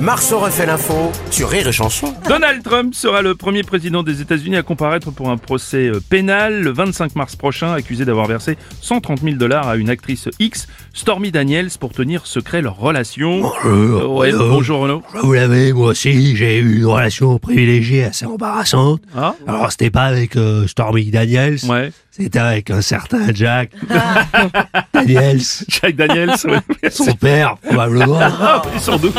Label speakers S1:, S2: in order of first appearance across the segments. S1: Marceau refait l'info sur Rire et Chanson.
S2: Donald Trump sera le premier président des États-Unis à comparaître pour un procès euh, pénal le 25 mars prochain, accusé d'avoir versé 130 000 dollars à une actrice X, Stormy Daniels, pour tenir secret leur relation.
S3: Oh,
S2: Euh,
S3: Bonjour.
S2: Ouais,
S3: Bonjour.
S2: bonjour Renaud.
S3: Vous l'avez, moi aussi, j'ai eu une relation privilégiée assez embarrassante.
S2: Ah.
S3: Alors, c'était pas avec euh, Stormy Daniels,
S2: Ouais.
S3: c'était avec un certain Jack Daniels,
S2: Jack Daniels, ouais.
S3: son père, probablement.
S2: Ah oui, sans doute.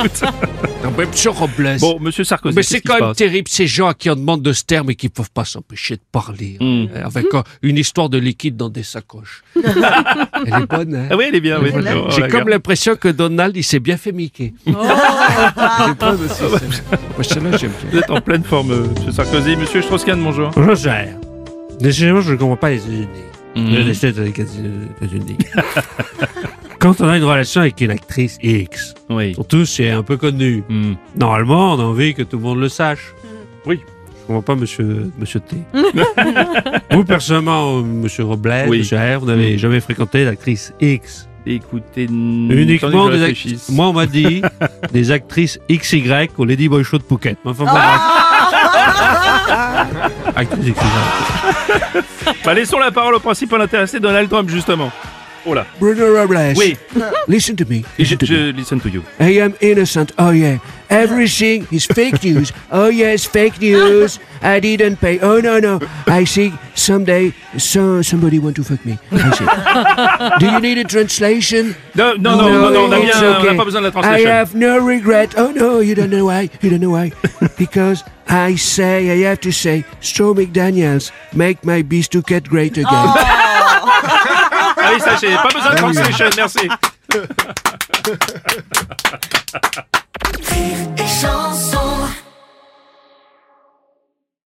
S4: Non, mais monsieur Robles,
S2: Bon, monsieur Sarkozy,
S4: mais c'est
S2: qu'est-ce qui
S4: quand
S2: se
S4: même
S2: passe
S4: terrible ces gens à qui on demande de se taire mais qui peuvent pas s'empêcher de parler
S2: Hmm.
S4: hein, avec euh, une histoire de liquide dans des sacoches. Elle est bonne. hein
S2: Ah oui, elle est bien. Oui. Oh,
S4: J'ai
S2: la
S4: comme
S2: garde.
S4: l'impression que Donald il s'est bien fait miquer. Elle est bonne aussi, celle-là. Moi, celle-là, j'aime bien.
S2: Vous êtes en pleine forme, euh, monsieur Sarkozy. Monsieur Strauss-Kahn, bonjour.
S3: Bonjour, cher. Décidément, je ne comprends pas les États-Unis.
S2: Mhm.
S3: Le décès des États-Unis. Quand on a une relation avec une actrice X,
S2: Oui.
S3: surtout si elle est un peu connue,
S2: Hmm.
S3: Normalement, on a envie que tout le monde le sache.
S2: Oui.
S3: Je comprends pas, monsieur, monsieur T. Vous, personnellement, euh, monsieur Robles,
S2: Oui. Mm.
S3: monsieur R, vous n'avez jamais fréquenté l'actrice X.
S2: Écoutez, n-
S3: Uniquement
S2: attendez que je
S3: des
S2: réfléchisse.
S3: actrices. Moi, on m'a dit des actrices XY au Lady Boy Show de Phuket. Mais Enfin, bon,
S2: Bah,
S3: bref. Actrices XY.
S2: Bah, laissons la parole au principal intéressé, Donald Trump, justement. Oh là.
S4: Bruno Robles.
S2: Oui.
S4: Listen to me.
S2: Je, je listen to you.
S4: I am innocent. Oh yeah. Everything is fake news. Oh yes, fake news. I didn't pay. Oh no no. I think someday so somebody want to fuck me. I think. Do you need a translation?
S2: Non, non, non, non, non, on a
S4: it's
S2: bien- on n'a
S4: okay.
S2: pas besoin de la
S4: I
S2: translation.
S4: have no regret. Oh no, you don't know why. You don't know why. because I say, I have to say, Storm McDaniels, make my beast to get great again.
S2: Ah oui, sachez, pas besoin de translation, merci.
S5: Rire et chanson.